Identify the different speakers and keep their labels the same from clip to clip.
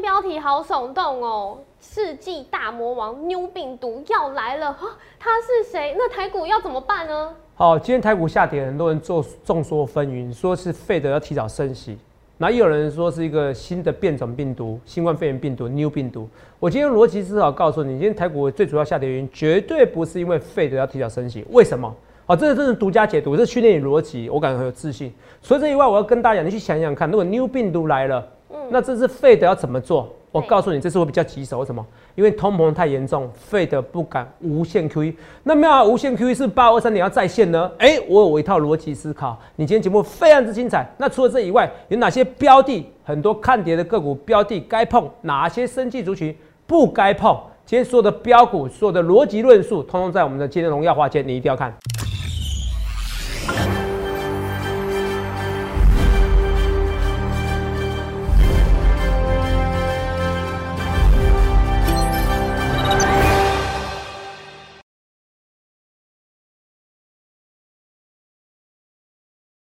Speaker 1: 标题好耸动哦！世纪大魔王妞病毒要来了， 啊他是谁？那台股要怎么办呢？
Speaker 2: 好，今天台股下跌，很多人做众说纷纭，说是费德要提早升息，然后也有人说是一个新的变种病毒，新冠肺炎病毒 New 病毒。我今天逻辑至少告诉你，今天台股最主要下跌原因绝对不是因为费德要提早升息，为什么？好，这这是独家解读，这训练你逻辑，我感觉很有自信。除了这以外，我要跟大家讲，你去想想看，如果 New 病毒来了，那这次费德要怎么做？我
Speaker 1: 对
Speaker 2: 告诉你，这次会比较棘手，为什么？因为通膨太严重，费德不敢无限 QE。那没有、啊、无限 QE 是八二三点要再现呢？哎、我有一套逻辑思考。你今天节目非常之精彩。那除了这以外，有哪些标的？很多看跌的个股标的该碰，哪些生技族群不该碰？今天所有的标股，所有的逻辑论述，通通在我们的《今天荣耀华间》，你一定要看。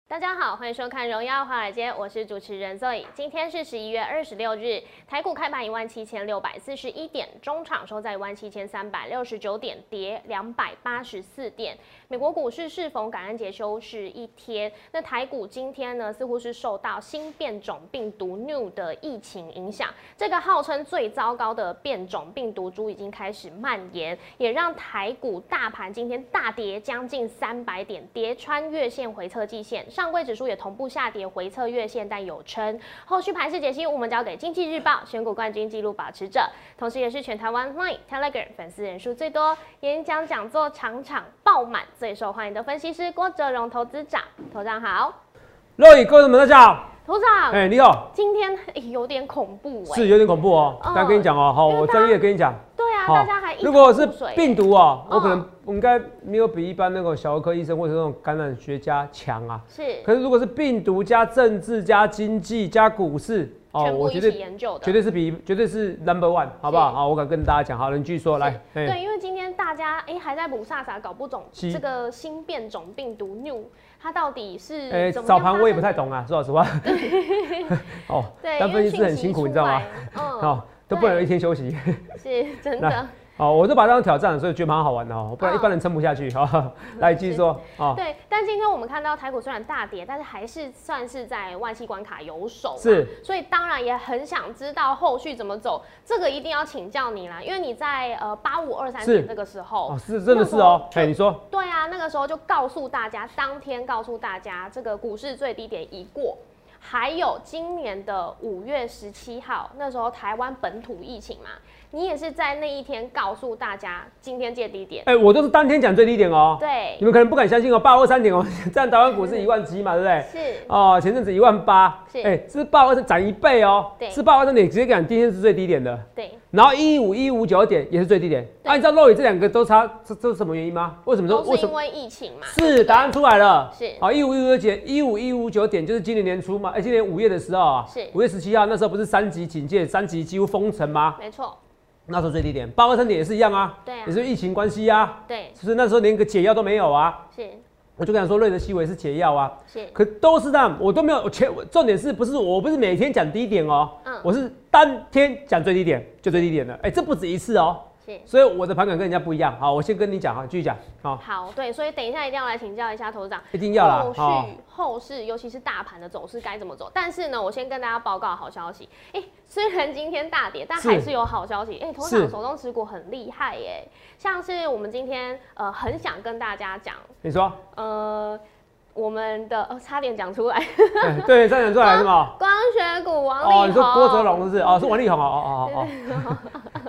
Speaker 1: 大家好，欢迎收看《荣耀华尔街》，我是主持人 Zoe。今天是十一月二十六日，台股开盘一万七千六百四十一点，中场收在一万七千三百六十九点，跌两百八十四点。美国股市适逢感恩节休市一天，那台股今天呢，似乎是受到新变种病毒 New 的疫情影响，这个号称最糟糕的变种病毒株已经开始蔓延，也让台股大盘今天大跌将近三百点，跌穿月线回测季线，上柜指数也同步下跌回测月线，但有撑。后续盘势解析，我们交给经济日报选股冠军纪录保持者，同时也是全台湾 Line、Telegram 粉丝人数最多、演讲讲座场场爆满、最受欢迎的分析师郭哲荣投资长。头长好，
Speaker 2: 肉眼各位们大家好，
Speaker 1: 头长，
Speaker 2: 哎、你好，
Speaker 1: 今天、哎有点恐怖哎、
Speaker 2: 是有点恐怖哦，
Speaker 1: 嗯
Speaker 2: 大家跟你讲哦，好，
Speaker 1: 因为
Speaker 2: 我
Speaker 1: 大家
Speaker 2: 专业跟你讲，
Speaker 1: 对啊，
Speaker 2: 好
Speaker 1: 大家还一，头
Speaker 2: 如果是
Speaker 1: 雾水
Speaker 2: 病毒哦，
Speaker 1: 嗯
Speaker 2: 我可能我应该没有比一般那个小儿科医生或者那种感染学家强啊，
Speaker 1: 是
Speaker 2: 可是如果是病毒加政治加经济加股市哦，
Speaker 1: 全部
Speaker 2: 我
Speaker 1: 一
Speaker 2: 绝
Speaker 1: 起
Speaker 2: 对
Speaker 1: 研究的，
Speaker 2: 绝对是比绝对是 number one，好不好？
Speaker 1: 是
Speaker 2: 好，我敢跟大家讲，好了，你继续说来，哎
Speaker 1: 对，因为今天大家哎、还在补萨萨，搞不懂
Speaker 2: 是
Speaker 1: 这个新变种病毒 new 它到底是
Speaker 2: 哎，
Speaker 1: 怎么
Speaker 2: 早
Speaker 1: 样
Speaker 2: 盘我也不
Speaker 1: 发
Speaker 2: 太
Speaker 1: 生的，
Speaker 2: 懂啊，说老实话， 哦，
Speaker 1: 对，
Speaker 2: 当
Speaker 1: 因
Speaker 2: 分
Speaker 1: 为
Speaker 2: 析师很辛苦，你知道吗？
Speaker 1: 吗？
Speaker 2: 哦，都不能有
Speaker 1: 对
Speaker 2: 一天休息。
Speaker 1: 嗯，是真的
Speaker 2: 来。 哦，我就把它当挑战，所以觉得蛮好玩的哦，不然
Speaker 1: 嗯
Speaker 2: 一般人撑不下去。哈，来继续说哦，
Speaker 1: 对，但今天我们看到台股虽然大跌，但是还是算是在万期关卡有手嘛，
Speaker 2: 是
Speaker 1: 所以当然也很想知道后续怎么走，这个一定要请教你啦，因为你在呃八五二三
Speaker 2: 是
Speaker 1: 年这个时候，
Speaker 2: 哦，是真的是哦，
Speaker 1: 那我
Speaker 2: 哎，你说
Speaker 1: 对啊，那个时候就告诉大家，当天告诉大家，这个股市最低点已过。还有今年的五月十七号，那时候台湾本土疫情嘛，你也是在那一天告诉大家今天见低点。
Speaker 2: 哎，我都是当天讲最低点哦，
Speaker 1: 对
Speaker 2: 你，们可能不敢相信哦，八二三点哦， 占台湾股市一万七嘛，对不对？
Speaker 1: 是，
Speaker 2: 哦，前阵子一万八，
Speaker 1: 嗯是
Speaker 2: 哎，是八二三涨一倍哦
Speaker 1: 对，
Speaker 2: 是八二三点直接讲今天是最低点的，
Speaker 1: 对，
Speaker 2: 然后一五一五九点也是最低点。
Speaker 1: 对
Speaker 2: 啊，你知道漏雨这两个都差，这这是什么原因吗？为什么说
Speaker 1: 都
Speaker 2: 为
Speaker 1: 是
Speaker 2: 什
Speaker 1: 因
Speaker 2: 么？
Speaker 1: 为疫情嘛。
Speaker 2: 是答案出来了，
Speaker 1: 是
Speaker 2: 好一五一五九一五一五九点就是今年年初嘛，哎、今年五月的时候啊，
Speaker 1: 是
Speaker 2: 五月十七号那时候不是三级警戒，三级几乎封城吗？
Speaker 1: 没错，
Speaker 2: 那时候最低点八二三点也是一样啊，
Speaker 1: 对啊
Speaker 2: 也是疫情关系啊，
Speaker 1: 对，
Speaker 2: 是不是那时候连个解药都没有啊？
Speaker 1: 是
Speaker 2: 我就跟他说瑞德西韦是解药啊，
Speaker 1: 是，
Speaker 2: 可都是这样，我都没有我前我重点是不是我不是每天讲低点哦，
Speaker 1: 嗯
Speaker 2: 我是当天讲最低点就最低点了，哎、这不止一次哦，
Speaker 1: 是。
Speaker 2: 所以我的盘感跟人家不一样。好，我先跟你讲哈，继续讲好，
Speaker 1: 好，对，所以等一下一定要来请教一下头长，
Speaker 2: 一定要啦
Speaker 1: 后
Speaker 2: 哦
Speaker 1: 续后市，尤其是大盘的走势该怎么走？但是呢，我先跟大家报告好消息，哎、虽然今天大跌，但
Speaker 2: 是
Speaker 1: 还是有好消息。哎、头
Speaker 2: 是
Speaker 1: 长手中持股很厉害耶、像是我们今天呃很想跟大家讲，
Speaker 2: 你说，
Speaker 1: 呃，我们的、呃、差点讲出来，
Speaker 2: 哎对，再讲出来是吗？
Speaker 1: 光学股王力宏，
Speaker 2: 哦，你说郭泽龙是不是？哦，是王力宏哦哦哦哦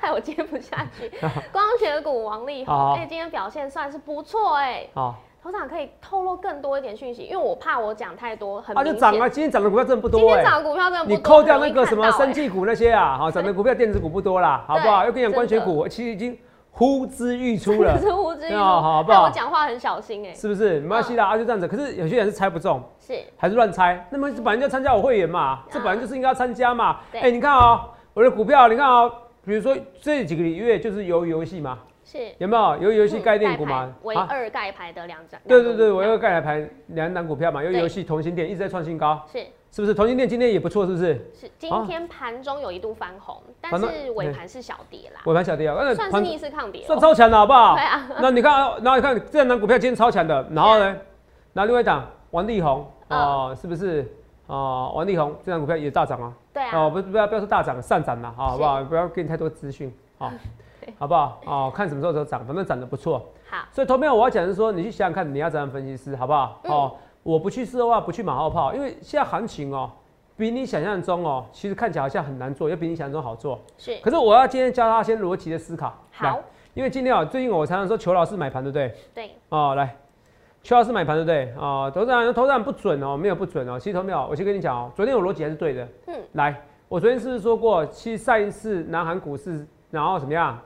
Speaker 1: 害我接不下 去，光学股王力
Speaker 2: 好
Speaker 1: 宏，哎、今天表现算是不错哎、
Speaker 2: 哦，好，
Speaker 1: 头长可以透露更多一点讯息，因为我怕我讲太多，很
Speaker 2: 啊就
Speaker 1: 明
Speaker 2: 涨
Speaker 1: 显
Speaker 2: 啊，今天涨的股票真的不
Speaker 1: 今
Speaker 2: 多
Speaker 1: 天
Speaker 2: 哎。
Speaker 1: 涨的股票真的不多
Speaker 2: 你扣掉那个什么生
Speaker 1: 生
Speaker 2: 技股那些啊，好涨的股票电子股不多啦，好不好？
Speaker 1: 哎对
Speaker 2: 又跟你讲光学股，其实已经呼之欲出了
Speaker 1: 可，是无知一
Speaker 2: 对啊好好不
Speaker 1: 但
Speaker 2: 好
Speaker 1: 我讲话很小心哎、
Speaker 2: 是不是？没关系啦，啊就这样子。可是有些人是猜不中，
Speaker 1: 是
Speaker 2: 还是乱猜，那么这本来就要参加我会员嘛，这本来就是应该要参加嘛。
Speaker 1: 啊对
Speaker 2: 哎，你看哦，我的股票，你看哦，比如说这几个月就是游游戏嘛，
Speaker 1: 是
Speaker 2: 有没有？有有游戏
Speaker 1: 嗯
Speaker 2: 概念
Speaker 1: 盖
Speaker 2: 股
Speaker 1: 牌
Speaker 2: 嘛？
Speaker 1: 为
Speaker 2: 啊，
Speaker 1: 二盖牌的两张。
Speaker 2: 对对对，我
Speaker 1: 两
Speaker 2: 又盖来盘两档股票嘛，有
Speaker 1: 对
Speaker 2: 游戏同心店一直在创新高，
Speaker 1: 是
Speaker 2: 是不是？同心店今天也不错，是不是？
Speaker 1: 是，今
Speaker 2: 啊
Speaker 1: 天盘中有一度翻红，但
Speaker 2: 反正
Speaker 1: 是尾
Speaker 2: 对
Speaker 1: 盘是小跌啦，
Speaker 2: 尾盘小跌啊，
Speaker 1: 算是
Speaker 2: 盘
Speaker 1: 逆势抗跌哦。
Speaker 2: 算超强的好不好
Speaker 1: 对？啊，
Speaker 2: 那你看啊，然后你看这两档股票今天超强的，然后呢，然后另外一档王力宏
Speaker 1: 嗯
Speaker 2: 哦，是不是？哦，王力宏这档股票也大涨啊。
Speaker 1: 对啊，
Speaker 2: 哦，不不要不要说大涨，上涨了，哦好好不好？不要给你太多资讯，好、
Speaker 1: 对
Speaker 2: 好不好？哦，看什么时候时候涨，反正涨得不错。
Speaker 1: 好，
Speaker 2: 所以投票我要讲的是说，你去想想看，你要怎样分析师，好不好？
Speaker 1: 嗯
Speaker 2: 哦，我不去事后啊，不去马后炮，因为现在行情哦，比你想象中哦，其实看起来好像很难做，也比你想象中好做。
Speaker 1: 是
Speaker 2: 可是我要今天教他先逻辑的思考，来
Speaker 1: 好，，
Speaker 2: 因为今天啊、最近我常常说裘老师买盘，对不对？
Speaker 1: 对，
Speaker 2: 哦，来，邱老师买盘对不对？哦，投资人投资人不准哦，没有不准哦。其实投没有，我先跟你讲哦，昨天我逻辑还是对的。
Speaker 1: 嗯
Speaker 2: 嗯，来，我昨天是不是说过，其实上一次南韩股市，然后怎么样？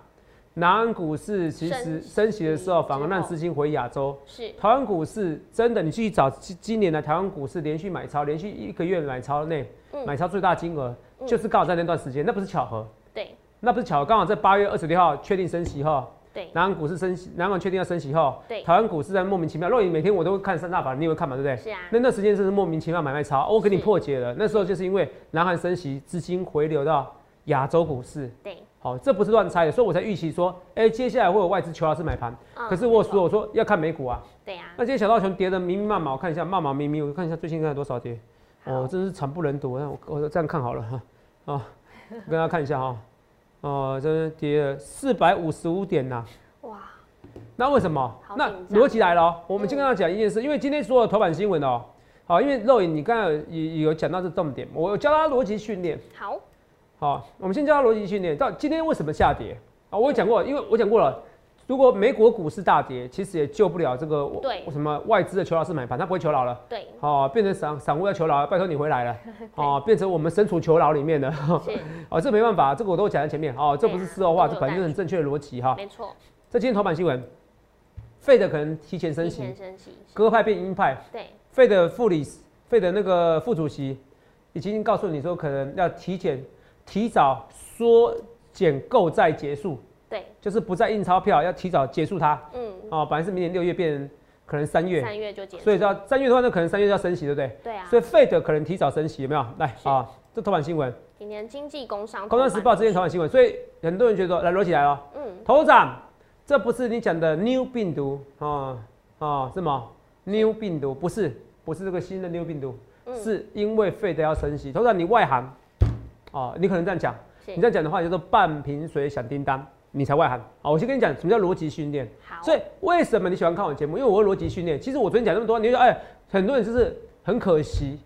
Speaker 2: 南韩股市其实
Speaker 1: 升息
Speaker 2: 升息的时候，反而让
Speaker 1: 之后
Speaker 2: 资金回亚洲。
Speaker 1: 是
Speaker 2: 台湾股市真的，你去找今今年的台湾股市连续买超，连续一个月买超内、
Speaker 1: 嗯
Speaker 2: 买超最大金额，
Speaker 1: 嗯
Speaker 2: 就是刚好在那段时间，那不是巧合，
Speaker 1: 对
Speaker 2: 那不是巧合，刚好在八月二十六号确定升息后，
Speaker 1: 对
Speaker 2: 南韩股市升息，南韩确定要升息后，
Speaker 1: 对
Speaker 2: 台湾股市在莫名其妙。若你每天我都会看三大法，你也会看嘛，对不对？
Speaker 1: 是啊，
Speaker 2: 那那时间真是莫名其妙买卖超，哦我给你
Speaker 1: 是
Speaker 2: 破解了。那时候就是因为南韩升息，资金回流到亚洲股市，
Speaker 1: 对，
Speaker 2: 好，这不是乱猜的，所以我才预期说，哎、接下来会有外资求老师买盘。
Speaker 1: 嗯
Speaker 2: 可是
Speaker 1: 没
Speaker 2: 我
Speaker 1: 错
Speaker 2: 说，我说要看美股啊。
Speaker 1: 对啊，
Speaker 2: 那今天小道琼跌的迷迷漫漫，我看一下漫漫迷迷，我看一下最近看多少跌，
Speaker 1: 好
Speaker 2: 哦，真是惨不忍睹。那我我这样看好了哈，啊，跟大家看一下哈，哦，真是跌了四百五十五点呐、
Speaker 1: 哇，
Speaker 2: 那为什么
Speaker 1: 好？嗯
Speaker 2: 那
Speaker 1: 紧张
Speaker 2: 逻辑来了哦、我们先跟大家讲一件事，因为今天所有头版新闻哦、好，因为肉眼你刚才有有有讲到这重点，我教他逻辑训练。
Speaker 1: 好，
Speaker 2: 好，我们先教他逻辑训练。到今天为什么下跌啊？我有讲过，因为我讲过了，如果美国股市大跌，其实也救不了这个我
Speaker 1: 对
Speaker 2: 我什么外资的求饶式买盘，他不会求饶了。
Speaker 1: 对，
Speaker 2: 哦，变成散散户要求饶，拜托你回 来了。哦，变成我们身处求饶里面的。
Speaker 1: 是
Speaker 2: 哦，这没办法，这个我都讲在前面。哦，这不是事后话，
Speaker 1: 对啊
Speaker 2: 这本来就是很正确的逻辑哈。
Speaker 1: 没错，
Speaker 2: 这今天头版新闻，费的可能提前升
Speaker 1: 提
Speaker 2: 息
Speaker 1: 前，升息，
Speaker 2: 鸽派变鹰派，
Speaker 1: 对，
Speaker 2: 费的副理，费的那个副主席已经告诉你说，可能要提前、提早缩减购债结束，
Speaker 1: 对，
Speaker 2: 就是不再印钞票，要提早结束它。
Speaker 1: 嗯，
Speaker 2: 哦，本来是明年六月变可能三月，
Speaker 1: 三月就结束，
Speaker 2: 所以到三月的话，那可能三月就要升息，对不对？
Speaker 1: 对啊
Speaker 2: 所，以费的可能提早升息，有没有？来
Speaker 1: 是
Speaker 2: 啊，这头版新闻，
Speaker 1: 今年经济工商，
Speaker 2: 《工商时报》之前头版新闻，所以很多人觉得说，来罗起来了。哦
Speaker 1: 嗯，
Speaker 2: 头长，这不是你讲的 new 病毒啊啊，什么 new 病毒？不是，不是这个新的 new 病毒，
Speaker 1: 嗯
Speaker 2: 是因为费德要升息。头长，你外行哦，你可能这样讲，
Speaker 1: 是
Speaker 2: 你这样讲的话叫做半瓶水响叮当，你才外行啊。我先跟你讲什么叫逻辑训练。
Speaker 1: 好，
Speaker 2: 所以为什么你喜欢看我节目？因为我会逻辑训练。其实我昨天讲那么多，你就觉得哎，很多人就是很可惜，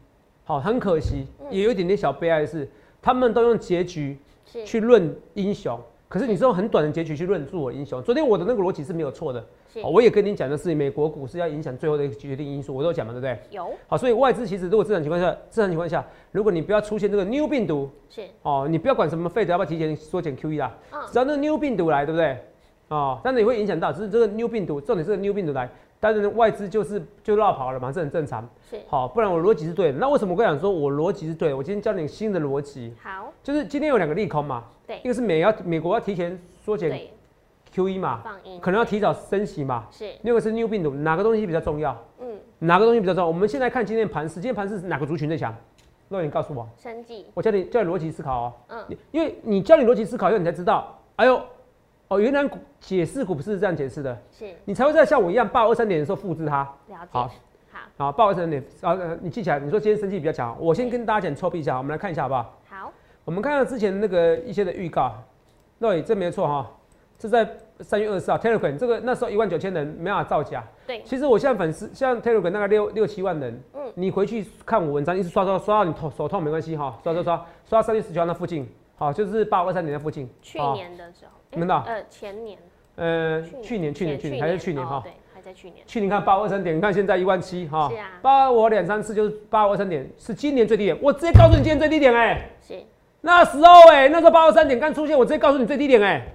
Speaker 2: 好，很可惜，
Speaker 1: 嗯
Speaker 2: 也有一点点小悲哀的是，他们都用结局
Speaker 1: 是
Speaker 2: 去论英雄。可是你是用很短的结局去论述我的英雄。昨天我的那个逻辑是没有错的，
Speaker 1: 是
Speaker 2: 好我也跟你讲的是美国股市要影响最后的一个决定因素，我都有讲嘛，对不对？
Speaker 1: 有
Speaker 2: 好，所以外资其实如果这种情况下，这种情况下，如果你不要出现这个 new 病毒
Speaker 1: 是，
Speaker 2: 哦，你不要管什么费德要不要提前缩减 QE 啦，
Speaker 1: 嗯，
Speaker 2: 只要那个 new 病毒来，对不对？哦，但是也会影响到，只是这个 new 病毒，重点是这个 new 病毒来，当然外资就是就绕跑了嘛，这很正常。
Speaker 1: 是
Speaker 2: 好，不然我逻辑是对的。那为什么我跟你讲说我逻辑是对的？我今天教你新的逻辑，
Speaker 1: 好，
Speaker 2: 就是今天有两个利空嘛，
Speaker 1: 对
Speaker 2: 一个是美要美国要提前缩减
Speaker 1: 对，
Speaker 2: QE 嘛，
Speaker 1: 放音
Speaker 2: 可能要提早升息嘛。
Speaker 1: 是，
Speaker 2: 另外是 new 病毒，哪个东西比较重要？
Speaker 1: 嗯，
Speaker 2: 哪个东西比较重要？我们先来看今天的盘势，今天盘势是哪个族群最强？肉眼告诉我，
Speaker 1: 生计，
Speaker 2: 我教你教你逻辑思考哦。
Speaker 1: 嗯，
Speaker 2: 你因为你教你逻辑思考以后，你才知道，哎呦，哦，原来股解释股不是这样解释的，
Speaker 1: 是
Speaker 2: 你才会在像我一样八二三点的时候复制它。
Speaker 1: 了解，
Speaker 2: 好
Speaker 1: 好，
Speaker 2: 好，八二三点，啊，呃你记起来，你说今天生气比较强，我先
Speaker 1: 对
Speaker 2: 跟大家讲臭屁一下，我们来看一下好不好？
Speaker 1: 好，
Speaker 2: 我们看看之前那个一些的预告，对，这没错哈，这在三月二十四号 Telegram 这个那时候一万九千人没办法造假。
Speaker 1: 对，
Speaker 2: 其实我现在粉丝像 Telegram 大概六六七万人，
Speaker 1: 嗯
Speaker 2: 你回去看我文章，一直刷刷刷到你头手痛没关系哈，刷刷刷刷到三月十九号那附近，好，就是八五二三年那附近。
Speaker 1: 去
Speaker 2: 好
Speaker 1: 年的时候，诶
Speaker 2: 明白
Speaker 1: 呃，前年，
Speaker 2: 呃，去年去年去年还是去年
Speaker 1: 哦
Speaker 2: 哈，
Speaker 1: 对，还在去年，
Speaker 2: 去年看八二三点，你看现在一万七哈
Speaker 1: 是啊，
Speaker 2: 八我两三次就是八二三点是今年最低点，我直接告诉你今年最低点哎、
Speaker 1: 是，
Speaker 2: 那时候哎、那时候八二三点刚出现，我直接告诉你最低点哎、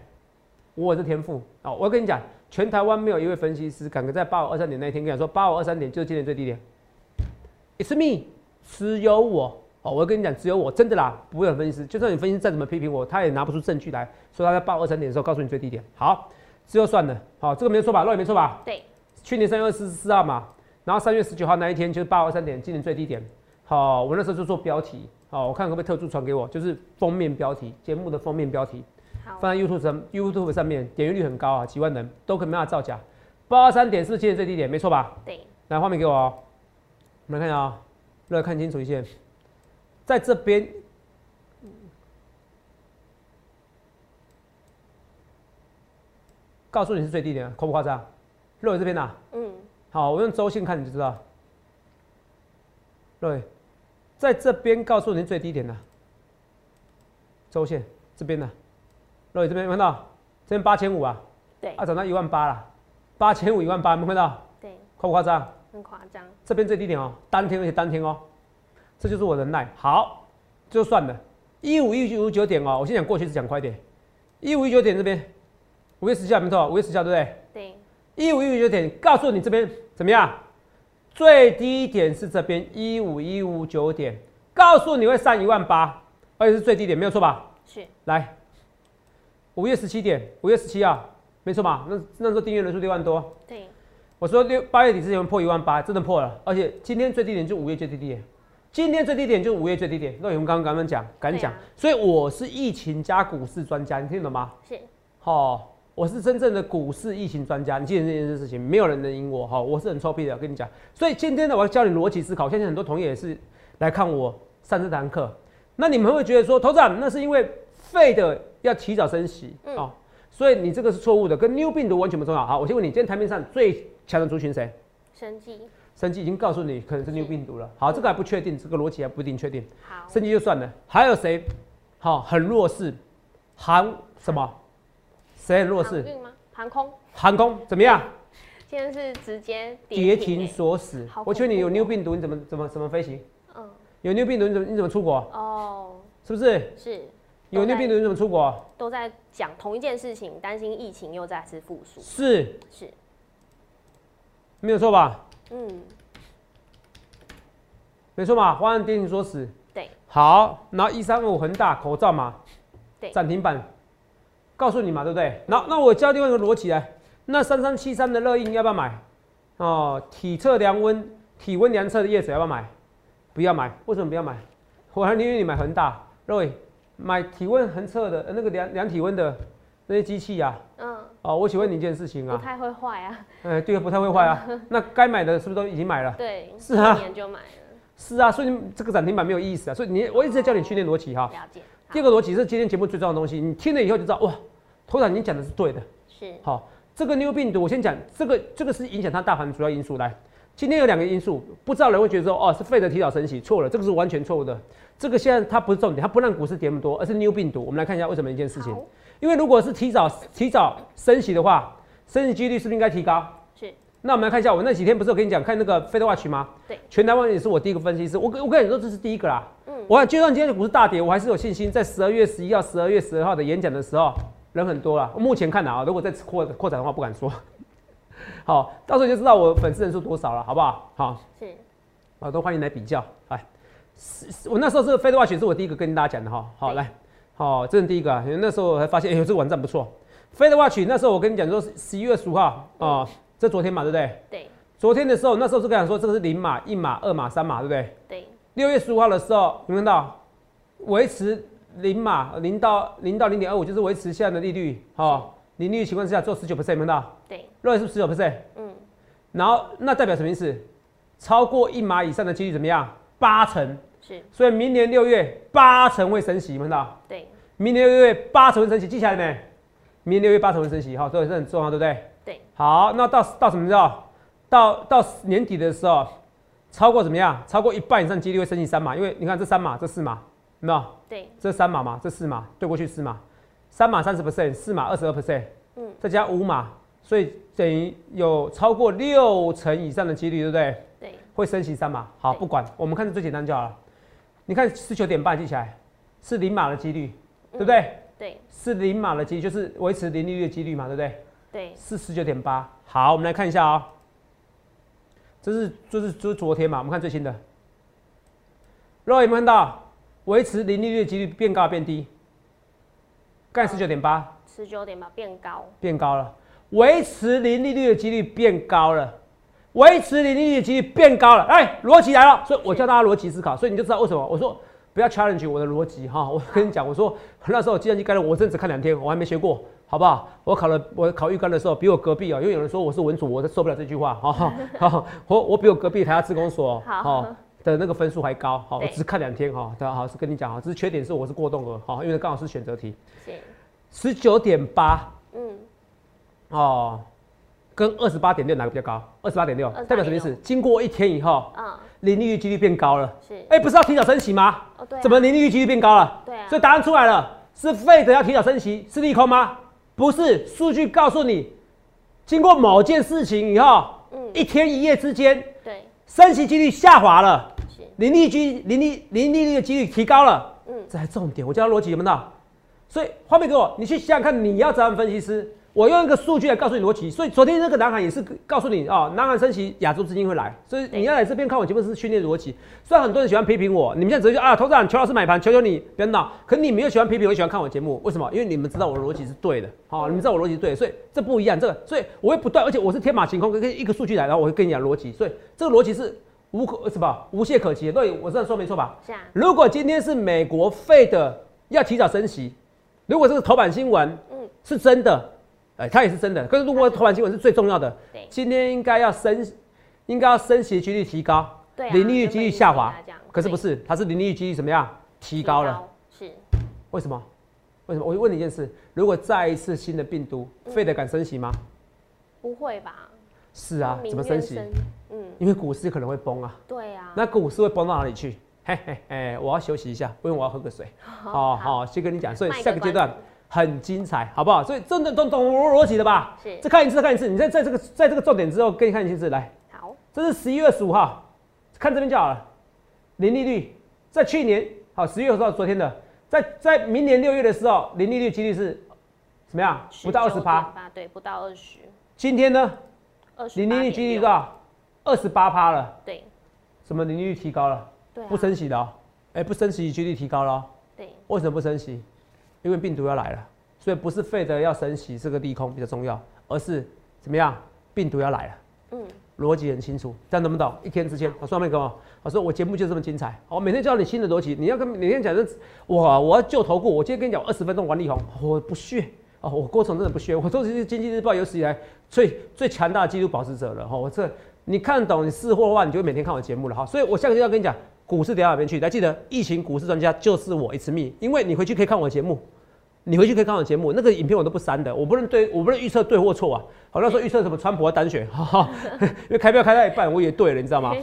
Speaker 2: 我是天赋哦，我跟你讲，全台湾没有一位分析师敢在八五二三点那一天跟你讲说八五二三点就是今年最低点，It's me，只有我哦，我跟你讲，只有我真的啦，不会有分析师，就算你分析师再怎么批评我，他也拿不出证据来说他在八五二三点的时候告诉你最低点。好，之后算了。好、这个没错吧？肉也没错吧？
Speaker 1: 对，
Speaker 2: 去年三月二十四号嘛，然后三月十九号那一天就是八二三点，今年最低点。好、我那时候就做标题，好、我看可不可以特助传给我，就是封面标题，节目的封面标题。
Speaker 1: 好，
Speaker 2: 放在 YouTube 上 YouTube 上面，点阅率很高啊，几万人都可没办法造假。八二三点是不是今年最低点？没错吧？
Speaker 1: 对，
Speaker 2: 来，画面给我、哦，我们来看啊、让大家看清楚一些，在这边。告诉你是最低点啊，夸不夸张？肉眼这边啊呐、
Speaker 1: 嗯，
Speaker 2: 好，我用周线看你就知道。对，在这边告诉您最低点的、周线这边的、啊，各位这边有没有看到？这边八千五啊，
Speaker 1: 对，
Speaker 2: 啊涨到一万八了，八千五一万八，有没有看到？
Speaker 1: 对，
Speaker 2: 夸不夸张？
Speaker 1: 很夸张，
Speaker 2: 这边最低点哦，当天而且当天哦，这就是我的耐。好，就算了，一五一五九点哦，我先讲过去是讲快点，一五一九点这边，五月十七号没错，五月十七号对不对？
Speaker 1: 对，
Speaker 2: 一五一五九点，告诉你这边怎么样？最低点是这边一五一五九点，告诉你会上一万八，而且是最低点，没有错吧？
Speaker 1: 是，
Speaker 2: 来，五月十七点，五月十七啊，没错吧？那那时候订阅人数六万多，
Speaker 1: 对，
Speaker 2: 我说六八月底之前破一万八，真的破了，而且今天最低点就五月最低点，今天最低点就五月最低点。那我们刚刚敢不敢讲？敢讲，
Speaker 1: 对啊
Speaker 2: 所以我是疫情加股市专家，你听得懂吗？
Speaker 1: 是，
Speaker 2: 好、我是真正的股市疫情专家，你记得这件事情，没有人能赢我。好、我是很臭屁的，我跟你讲。所以今天呢，我要教你逻辑思考。我相信很多同业也是来看我上这堂课。那你们会觉得说，头长，那是因为废的要提早升息、
Speaker 1: 嗯
Speaker 2: 哦，所以你这个是错误的，跟 new 病毒完全不重要。好，我先问你，今天台面上最强的族群谁？
Speaker 1: 生机，
Speaker 2: 生技已经告诉你可能是 new 病毒了。好，这个还不确定，这个逻辑还不一定确定。
Speaker 1: 好，
Speaker 2: 生技就算了，还有谁？好、很弱势，韩什么？谁很弱势
Speaker 1: 航？运吗？航空，
Speaker 2: 航空怎么样？
Speaker 1: 今天是直接
Speaker 2: 跌
Speaker 1: 停
Speaker 2: 停
Speaker 1: 欸，
Speaker 2: 锁死
Speaker 1: 好恐。怖
Speaker 2: 我请问你有
Speaker 1: 哦
Speaker 2: new 病毒，你怎么怎么怎么飞行？
Speaker 1: 嗯，
Speaker 2: 有 new 病毒，你怎么你怎么出国？
Speaker 1: 哦，
Speaker 2: 是不是？
Speaker 1: 是，
Speaker 2: 有
Speaker 1: 都
Speaker 2: new
Speaker 1: 在
Speaker 2: 病毒，你怎么出国？
Speaker 1: 都在讲同一件事情，担心疫情又再次复苏，
Speaker 2: 是，
Speaker 1: 是，
Speaker 2: 没有错吧？
Speaker 1: 嗯，
Speaker 2: 没错嘛，华安跌停锁死。
Speaker 1: 对，
Speaker 2: 好，然后一三五恒大口罩嘛，
Speaker 1: 对
Speaker 2: 涨停板，告诉你嘛，对不对？那那我教另外一个逻辑来，那三三七三的乐印要不要买？哦，体测量温、体温量测的叶子要不要买？不要买，为什么不要买？我还宁愿你买恒大，各位买体温恒测的、呃那个量量体温的那些机器呀、
Speaker 1: 嗯，
Speaker 2: 哦，我请问你一件事情
Speaker 1: 不
Speaker 2: 啊，
Speaker 1: 太会坏 啊，
Speaker 2: 哎，对，不太会坏啊。那该买的是不是都已经买了？
Speaker 1: 对，
Speaker 2: 是啊
Speaker 1: 去年就买了，
Speaker 2: 是啊，所以你这个涨停板没有意思啊。所以你，我一直在教你训练逻辑哈。
Speaker 1: 了解，好
Speaker 2: 第二个逻辑是今天节目最重要的东西，你听了以后就知道，哇，头长你讲的是对的。
Speaker 1: 是，
Speaker 2: 好、这个 new 病毒，我先讲这个，这个是影响它大盘主要因素。来，今天有两个因素，不知道人会觉得说，哦，是费德提早升息，错了，这个是完全错误的。这个现在它不是重点，它不让股市跌那么多，而是 new 病毒。我们来看一下为什么一件事情
Speaker 1: 好，
Speaker 2: 因为如果是提早提早升息的话，升息几率是不是应该提高？
Speaker 1: 是，
Speaker 2: 那我们来看一下，我那几天不是有跟你讲看那个 Fed Watch 吗？
Speaker 1: 对，
Speaker 2: 全台湾也是我第一个分析师。我跟我跟你说，这是第一个啦。嗯
Speaker 1: 嗯，
Speaker 2: 我看就算今天的股市大跌，我还是有信心，在十二月十一号、十二月十二号的演讲的时候，人很多啦。目前看来啊，如果再扩扩展的话，不敢说。 好，到时候就知道我粉丝人数多少了，好不好？好，
Speaker 1: 是，
Speaker 2: 好，都欢迎来比较。来，是是我那时候这个 Fed Watch 是我第一个跟大家讲的哈。好，
Speaker 1: 对
Speaker 2: 来，好，这是第一个啊。因为那时候我还发现，哎、呦，这个网站不错。Fed Watch 那时候我跟你讲说，十一月十五号哦、这昨天嘛，对不对？
Speaker 1: 对，
Speaker 2: 昨天的时候，那时候是跟你讲说这个是零码、一码、二码、三码，对不对？
Speaker 1: 对，
Speaker 2: 六月十五号的时候，你们看到维持零码零到零到零点二五，就是维持现在的利率，哦，零利率情况之下做十九 percent，你们看到，
Speaker 1: 对，
Speaker 2: 若是十九 percent，
Speaker 1: 嗯，
Speaker 2: 然后那代表什么意思？超过一码以上的几率怎么样？八成，
Speaker 1: 是，
Speaker 2: 所以明年六月八成会升息，你们看到，
Speaker 1: 对，
Speaker 2: 明年六月八成会升息，记起来没？明年六月八成会升息，好、所以这很重要，对不对？
Speaker 1: 对，
Speaker 2: 好，那到到什么时候？到到年底的时候，超过怎么样？超过一半以上几率会升级三码，因为你看这三码，这四码，有没有？
Speaker 1: 对，
Speaker 2: 这三码嘛，这四码对过去四码，三码三十 percent，四码二十二 percent，
Speaker 1: 嗯，
Speaker 2: 再加五码，所以等于有超过六成以上的几率，对不对？
Speaker 1: 对，
Speaker 2: 会升息三码。好，
Speaker 1: 对
Speaker 2: 不管，我们看最简单就好了。你看十九点半记起来是零码的几率，对不对？
Speaker 1: 对，
Speaker 2: 是零码的几率，就是维持零利率的几率嘛，对不对？
Speaker 1: 对，
Speaker 2: 是十九点八。好，我们来看一下哦。这是就是就是昨天嘛，我们看最新的。肉有没有看到维持零利率的几率变高变低？刚才十九点八
Speaker 1: 十九点吧，变高，
Speaker 2: 变高了。维持零利率的几率变高了，维持零利率的几率变高了。哎，逻辑来了，所以我叫大家逻辑思考，所以你就知道为什么我说不要 challenge 我的逻辑哈。我跟你讲，我说那时候计算机概论我真只看两天，我还没学过，好不好？我考了我考预科的时候，比我隔壁啊，因为有人说我是文组，我受不了这句话哈。哈哈我我比我隔壁台大自工所
Speaker 1: 好
Speaker 2: 哈的那个分数还高，好，我
Speaker 1: 对
Speaker 2: 只看两天哈。大啊家好，是跟你讲哈，只是缺点是我是过动额哈，因为刚好是选择题，
Speaker 1: 是，
Speaker 2: 十九点八。
Speaker 1: 嗯，
Speaker 2: 哦，跟二十八点六哪个比较高？二十八点六
Speaker 1: 28.6
Speaker 2: 代表什么意思？经过一天以后，
Speaker 1: 嗯，
Speaker 2: 零利率几率变高了。
Speaker 1: 是，
Speaker 2: 哎、不是要提早升息吗？
Speaker 1: 哦，对啊，
Speaker 2: 怎么零利率几率变高了？
Speaker 1: 对啊
Speaker 2: 所以答案出来了，是费德要提早升息，是利空吗？不是，数据告诉你，经过某件事情以后，
Speaker 1: 嗯
Speaker 2: 一天一夜之间，
Speaker 1: 对，
Speaker 2: 升息几率下滑了，
Speaker 1: 是，
Speaker 2: 零利率几零利零利率的几率提高了。
Speaker 1: 嗯，
Speaker 2: 这才重点，我教他逻辑有没有到？所以画面给我，你去想想看，你要怎样分析师？我用一个数据来告诉你逻辑。所以昨天那个南韩也是告诉你啊，南韩升息，亚洲资金会来，所以
Speaker 1: 对
Speaker 2: 你要来这边看我节目是训练逻辑。虽然很多人喜欢批评我，你们现在直接就啊，投资长，求老师买盘，求求你，别闹。可你们又喜欢批评，我又喜欢看我节目，为什么？因为你们知道我的逻辑是对的，好、你们知道我逻辑是对的，所以这不一样。这个，所以我会不断，而且我是天马行空，跟一个数据来，然后我会跟你讲逻辑，所以这个逻辑是无可什么无懈可击的。对，我这样说没错吧？
Speaker 1: 是啊，
Speaker 2: 如果今天是美国费的要提早升息，如果这个头版新闻
Speaker 1: 嗯，
Speaker 2: 是真的，哎、它也是真的。可是如果头版新闻是最重要的，
Speaker 1: 对，
Speaker 2: 今天应该要升，应该要升息几率提高，
Speaker 1: 对啊
Speaker 2: 零利率几率下
Speaker 1: 原
Speaker 2: 滑
Speaker 1: 本应该这样。
Speaker 2: 可是不是，它是零利率几率怎么样提高了？，
Speaker 1: 是，
Speaker 2: 为什么？为什么？我就问你一件事：如果再一次新的病毒，费的敢升息吗？
Speaker 1: 不会吧？
Speaker 2: 是啊，
Speaker 1: 明
Speaker 2: 怎么
Speaker 1: 月
Speaker 2: 升息？？
Speaker 1: 嗯，
Speaker 2: 因为股市可能会崩啊。
Speaker 1: 对啊，
Speaker 2: 那股市会崩到哪里去？嘿嘿嘿，我要休息一下，因为我要喝个水。好好，先跟你讲，所
Speaker 1: 嗯
Speaker 2: 以
Speaker 1: 卖个
Speaker 2: 下个阶段
Speaker 1: 关子
Speaker 2: 很精彩，好不好？所以真的懂懂逻辑了吧？
Speaker 1: 是
Speaker 2: 这看一次，再看一次，你在在这个在这个重点之后，给你看一次，来，
Speaker 1: 好，
Speaker 2: 这是十一月十五号，看这边就好了。零利率在去年好十月十号昨天的，在在明年六月的时候，零利率几率是怎么样？不到二十趴。
Speaker 1: 八，对，不到二十，
Speaker 2: 今天呢，
Speaker 1: 二十，
Speaker 2: 零利率几率多？少？二十八趴了，
Speaker 1: 对，
Speaker 2: 什么零利率提高了？
Speaker 1: 对啊，
Speaker 2: 不升息的哦，哎、不升息几率提高了哦、
Speaker 1: 对，
Speaker 2: 为什么不升息？因为病毒要来了，所以不是费德要升息这个利空比较重要，而是怎么样？病毒要来了，
Speaker 1: 嗯，
Speaker 2: 逻辑很清楚，这样懂不懂？一天之间，我说没跟我，我说我节目就这么精彩，好我每天教你新的逻辑，你要跟每天讲的，我我要救投顾，我今天跟你讲二十分钟玩力宏，我不屑。哦，我郭总真的不屑，我都是经济日报有史以来最最强大的纪录保持者了哈、哦。我这你看懂你识货的话，你就会每天看我节目了哈、所以我下个月要跟你讲，股市跌到哪边去？来记得，疫情股市专家就是我一次密，因为你回去可以看我的节目，你回去可以看我节目，那个影片我都不删的，我不能对，我不能预测对或错啊。好，那时候预测什么啊川普要单选，哈哈， 因为开票开到一半我也对了，你知道吗？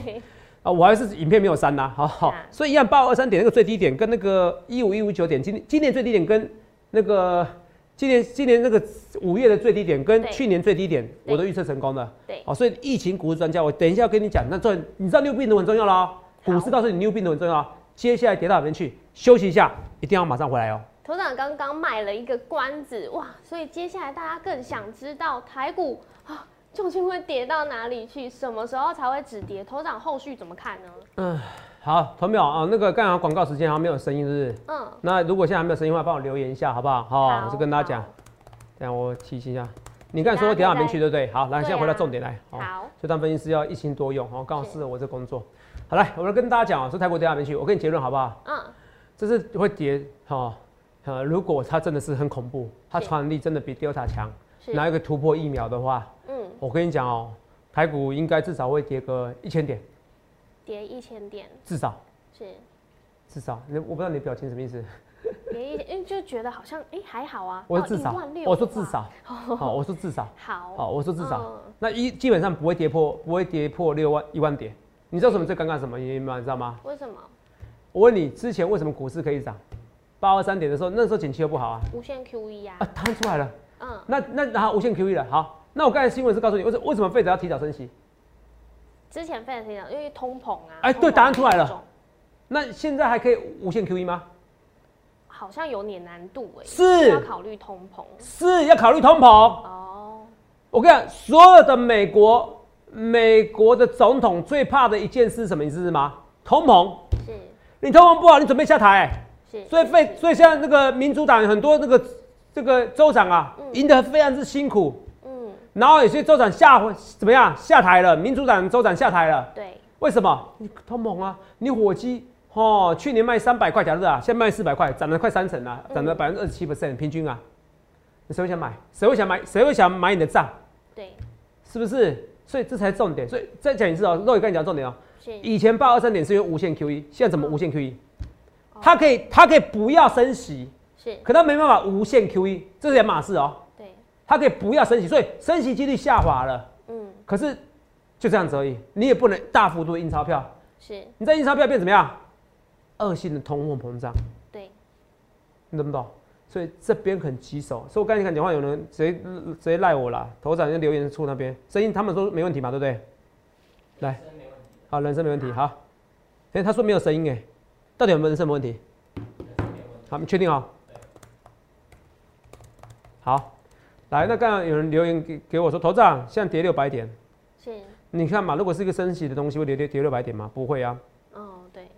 Speaker 2: 啊，我还是影片没有删呐、好好
Speaker 1: 啊，
Speaker 2: 所以一样八五二三点那个最低点跟那个一五一五九点，今今年最低点跟那个今年今年那个五月的最低点跟
Speaker 1: 对
Speaker 2: 去年最低点，
Speaker 1: 对
Speaker 2: 我都预测成功了。
Speaker 1: 对
Speaker 2: 哦，所以疫情股市专家，我等一下要跟你讲，那这你知道 new 病毒很重要啦、股市
Speaker 1: 好
Speaker 2: 告诉你 new 病毒很重要哦，接下来跌到哪边去，休息一下，一定要马上回来哦。
Speaker 1: 头长刚刚卖了一个关子，哇！所以接下来大家更想知道台股啊究竟会跌到哪里去，什么时候才会止跌？头长后续怎么看呢？
Speaker 2: 好，投票啊，那个刚好广告时间还没有声音，是不是？
Speaker 1: 嗯，
Speaker 2: 那如果现在还没有声音的话，帮我留言一下，好不好？好，哦我就跟大家讲
Speaker 1: 好，
Speaker 2: 等一下我提醒一下。你刚才说我跌到哪边去，对不对？好，来，
Speaker 1: 对啊
Speaker 2: 现在回到重点来。
Speaker 1: 好，
Speaker 2: 就当分析师要一心多用，哦，刚好
Speaker 1: 是
Speaker 2: 适合我这工作。好，来，我来跟大家讲啊，说泰国跌到哪边去，我跟你结论好不好？
Speaker 1: 嗯，
Speaker 2: 这是会跌，哦，呃，如果它真的是很恐怖，它
Speaker 1: 是
Speaker 2: 传染力真的比 Delta 强，然
Speaker 1: 是，
Speaker 2: 后一个突破疫苗的话，
Speaker 1: 嗯，
Speaker 2: 我跟你讲哦，台股应该至少会跌个一千点，
Speaker 1: 跌一千点
Speaker 2: 至少
Speaker 1: 是
Speaker 2: 至少。你我不知道你的表情什么意思，
Speaker 1: 跌一千，因为就觉得好像哎、还好啊，
Speaker 2: 我
Speaker 1: 到
Speaker 2: 说至少
Speaker 1: 16,000，
Speaker 2: 我说至
Speaker 1: 哇，
Speaker 2: 少， 好，我说至少。
Speaker 1: 好，
Speaker 2: 哦好，我说至少、
Speaker 1: 嗯
Speaker 2: 那一基本上不会跌破，不会跌破六万一万点。你知道什么最尴尬什么原因吗？你知道吗？
Speaker 1: 为什么
Speaker 2: 我问你，之前为什么股市可以涨？八二三点的时候，那时候景气又不好啊，
Speaker 1: 无限 QE 啊
Speaker 2: 啊？，弹出来了。
Speaker 1: 嗯，
Speaker 2: 那那然后无限 QE 了，好，那我刚才新闻是告诉你，为什为什么费德要提早升息？
Speaker 1: 之前非常听讲，因为通膨啊，
Speaker 2: 哎
Speaker 1: 通
Speaker 2: 对
Speaker 1: 膨
Speaker 2: 答案出来了
Speaker 1: 严重，
Speaker 2: 那现在还可以无限 QE 吗？
Speaker 1: 好像有点难度哎、要
Speaker 2: 是
Speaker 1: 考虑通膨
Speaker 2: 是要考虑通膨。
Speaker 1: 哦，
Speaker 2: 我跟你讲，所有的美国美国的总统最怕的一件事是什么？你知道吗？通膨。
Speaker 1: 是
Speaker 2: 你通膨不好，你准备下台、哎
Speaker 1: 是，
Speaker 2: 所以费，所以现在那个民主党有很多那个这个州长啊
Speaker 1: 嗯，
Speaker 2: 赢得非常之辛苦。
Speaker 1: 嗯。
Speaker 2: 然后有些州长下怎么样下台了，民主党州长下台了，
Speaker 1: 对，
Speaker 2: 为什么？你通膨啊，你火鸡哦，去年卖三百块，假如啊，现在卖四百块，涨了快三成啊，涨了百分之二十七 percent 平均啊，你谁会想买？谁会想买？谁会想买你的账？
Speaker 1: 对，
Speaker 2: 是不是？所以这才是重点。所以再讲一次哦，肉也跟你讲重点哦。
Speaker 1: 是，
Speaker 2: 以前八二三点是因为无限 QE，现在怎么无限 QE？
Speaker 1: 哦
Speaker 2: 它可以，它可以不要升息，
Speaker 1: 是，
Speaker 2: 可它没办法无限 QE，这是两码事哦。
Speaker 1: 对，
Speaker 2: 它可以不要升息，所以升息几率下滑了。
Speaker 1: 嗯，
Speaker 2: 可是就这样子而已，你也不能大幅度地印钞票。
Speaker 1: 是，
Speaker 2: 你在印钞票变怎么样？恶性的通货膨胀，
Speaker 1: 对，
Speaker 2: 你懂不懂？所以这边很棘手。所以我刚才看讲话，有人直接直接赖我啦，头长就留言处那边，声音他们说没问题嘛，对不对？来，好，人声没问题，好。哎、他说没有声音哎，到底有没有人声没问题？好，你确定好？好，来，那刚刚有人留言给给我说，头长现在跌六百点，
Speaker 1: 是，
Speaker 2: 你看嘛，如果是一个升息的东西，会跌跌跌六百点吗？不会啊。
Speaker 1: 哦，对，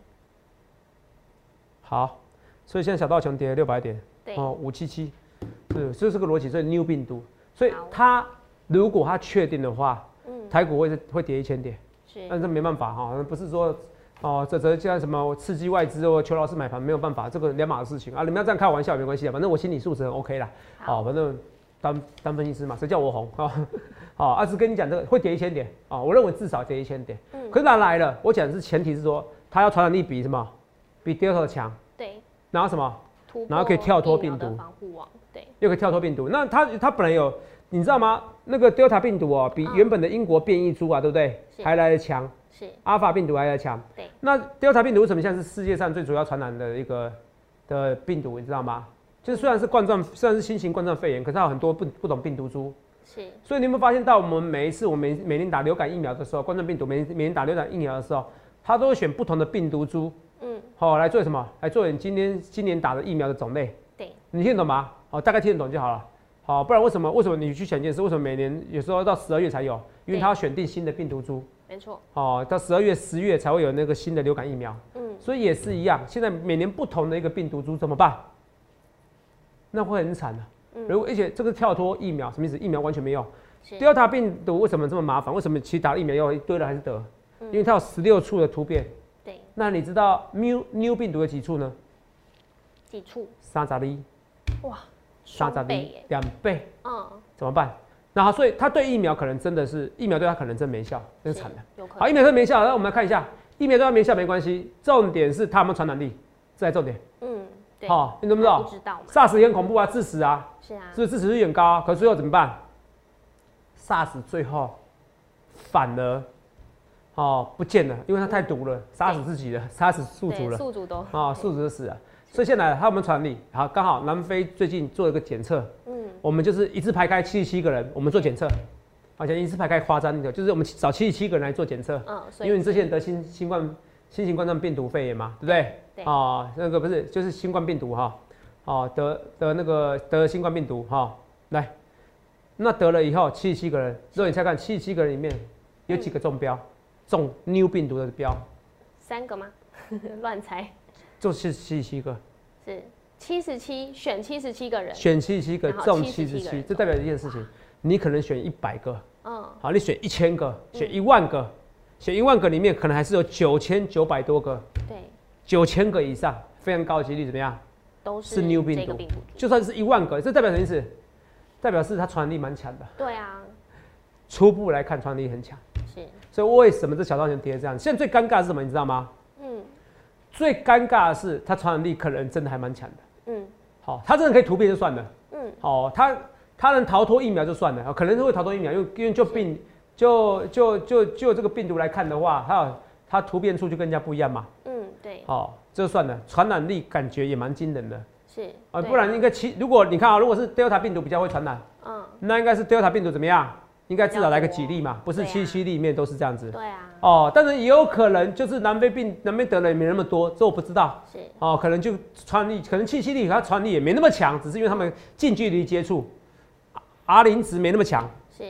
Speaker 2: 好，所以现在小道琼跌了六百点，
Speaker 1: 对，
Speaker 2: 哦，五七七，是，这是个逻辑，所以 new 病毒，所以
Speaker 1: 好
Speaker 2: 它如果它确定的话，
Speaker 1: 嗯，
Speaker 2: 台股会是会跌一千点，
Speaker 1: 是，
Speaker 2: 但是没办法哈、不是说哦，这这叫什么刺激外资哦，求老师买盘没有办法，这个两码事情啊，你们要这样开玩笑也没关系啊，反正我心理素质很 OK 啦，
Speaker 1: 好
Speaker 2: 哦，，反正当当分析师嘛，谁叫我红啊？好、哦， 阿、啊、是跟你讲这个会跌一千点啊、哦，我认为至少跌一千点，
Speaker 1: 嗯
Speaker 2: 可，是它来了，我讲的是前提是说它要传染力比什么，比 Delta 强，
Speaker 1: 对，
Speaker 2: 然后什么？
Speaker 1: 突
Speaker 2: 然后可以
Speaker 1: 破
Speaker 2: 跳脱
Speaker 1: 疫苗
Speaker 2: 病
Speaker 1: 的
Speaker 2: 毒
Speaker 1: 防护网，对，
Speaker 2: 又可以跳脱病毒。那它它本来有，你知道吗？那个 Delta 病毒哦，比
Speaker 1: 嗯
Speaker 2: 原本的英国变异株啊，对不对？
Speaker 1: 是
Speaker 2: 还来得强，
Speaker 1: 是，
Speaker 2: 阿尔法病毒还来得强。
Speaker 1: 对。
Speaker 2: 那 Delta 病毒为什么现在是世界上最主要传染的一个的病毒？你知道吗？就是虽然是冠状，虽然是新型冠状肺炎，可是它有很多不不同病毒株。
Speaker 1: 是，
Speaker 2: 所以你有没有发现到，我们每一次我们每每年打流感疫苗的时候，冠状病毒每每年打流感疫苗的时候，它都会选不同的病毒株，
Speaker 1: 嗯，
Speaker 2: 好、来做什么？来做你今天今年打的疫苗的种类。
Speaker 1: 对，
Speaker 2: 你听得懂吗？哦，大概听得懂就好了。好，不然为什么为什么你去想一件事？为什么每年有时候到十二月才有？因为
Speaker 1: 对
Speaker 2: 它要选定新的病毒株，
Speaker 1: 没错，
Speaker 2: 哦，到十二月、十月才会有那个新的流感疫苗，
Speaker 1: 嗯，
Speaker 2: 所以也是一样。现在每年不同的一个病毒株怎么办？那会很惨的、啊
Speaker 1: 嗯
Speaker 2: 如果而且这个跳脱疫苗什么意思？疫苗完全没用。
Speaker 1: 是，
Speaker 2: Delta 病毒为什么这么麻烦？为什么其实打了疫苗要一堆人还是得？
Speaker 1: 嗯
Speaker 2: 因为它有十六处的突变。
Speaker 1: 对，
Speaker 2: 那你知道 new new 病毒有几处呢？
Speaker 1: 几处，
Speaker 2: 三十一，
Speaker 1: 哇，
Speaker 2: 三十
Speaker 1: 双倍
Speaker 2: 一
Speaker 1: 耶，，
Speaker 2: 两倍。
Speaker 1: 嗯，
Speaker 2: 怎么办？然后，所以他对疫苗可能真的是疫苗对他可能真没效，真
Speaker 1: 是
Speaker 2: 惨了。，
Speaker 1: 有可
Speaker 2: 好，
Speaker 1: 能，
Speaker 2: 疫苗真没效，那我们来看一下，疫苗对他没效没关系，重点是他们传染力，这才重点。
Speaker 1: 嗯，对，
Speaker 2: 好、你懂不
Speaker 1: 还
Speaker 2: 懂
Speaker 1: 不知道嘛，
Speaker 2: ？SARS 也很恐怖啊，致死啊，
Speaker 1: 是啊，
Speaker 2: 是不是致死率很高、啊？可是最后怎么办？SARS 最后反而哦不见了，因为它太毒了，杀死自己了，杀死宿主
Speaker 1: 对，
Speaker 2: 了。
Speaker 1: 宿主都，
Speaker 2: 啊，宿主就死了，所以现在他们传染力好，刚好南非最近做了个检测，
Speaker 1: 嗯，
Speaker 2: 我们就是一次排开七十七个人，我们做检测，而且一次排开夸张一点，就是我们找七十七个人来做检测，
Speaker 1: 嗯，所
Speaker 2: 因
Speaker 1: 以
Speaker 2: 为你这些人得新新冠新型冠状病毒肺炎嘛，对不对？
Speaker 1: 对
Speaker 2: 啊、那个不是就是新冠病毒哈，哦得得那个得新冠病毒哈、哦来，那得了以后七十七个人，如果你再看七十七个人里面有几个中标，中 new 病毒的标，
Speaker 1: 三个吗？ 乱猜，
Speaker 2: 就是七十七个，
Speaker 1: 是七十七，选七十七个人，
Speaker 2: 选七十七个
Speaker 1: 然后
Speaker 2: 中
Speaker 1: 77
Speaker 2: 七十
Speaker 1: 个
Speaker 2: 七
Speaker 1: 人，
Speaker 2: 这代表一件事情，你可能选一百个。
Speaker 1: 嗯，
Speaker 2: 好，你选一千个，选一万个，选一万个里面可能还是有九千九百多个，
Speaker 1: 对，
Speaker 2: 九千个以上，非常高的几率怎么样？
Speaker 1: 都
Speaker 2: 是
Speaker 1: 是
Speaker 2: new 病
Speaker 1: 这个
Speaker 2: 毒
Speaker 1: 病毒株，
Speaker 2: 就算是一万个，这代表什么意思？代表是它传染力蛮强的，
Speaker 1: 对啊，
Speaker 2: 初步来看传染力很强。
Speaker 1: 是，
Speaker 2: 所以为什么这小道熊跌成这样？现在最尴尬是什么？你知道吗？
Speaker 1: 嗯
Speaker 2: 最尴尬的是它传染力可能真的还蛮强的。
Speaker 1: 嗯
Speaker 2: 好、它真的可以突变就算了。
Speaker 1: 嗯，
Speaker 2: 哦，他他能逃脱疫苗就算了，哦可能是会逃脱疫苗，因为因为就病就就就就这个病毒来看的话，它有它突变处就跟人家不一样嘛。
Speaker 1: 嗯，对，
Speaker 2: 哦，这就算了，传染力感觉也蛮惊人的
Speaker 1: 是，
Speaker 2: 啊。
Speaker 1: 对
Speaker 2: 不，然应该其如果你看啊、如果是 Delta 病毒比较会传染，
Speaker 1: 嗯，
Speaker 2: 那应该是 Delta 病毒怎么样？应该至少来个几例嘛，不是
Speaker 1: 对啊
Speaker 2: 七七例里面都是这样子。
Speaker 1: 对啊，
Speaker 2: 哦，但是也有可能就是南非病南非得了也没那么多，这我不知道。
Speaker 1: 是，
Speaker 2: 哦，可能就传染力，可能气息力它传染力也没那么强，只是因为他们近距离接触，R 零值没那么强。
Speaker 1: 是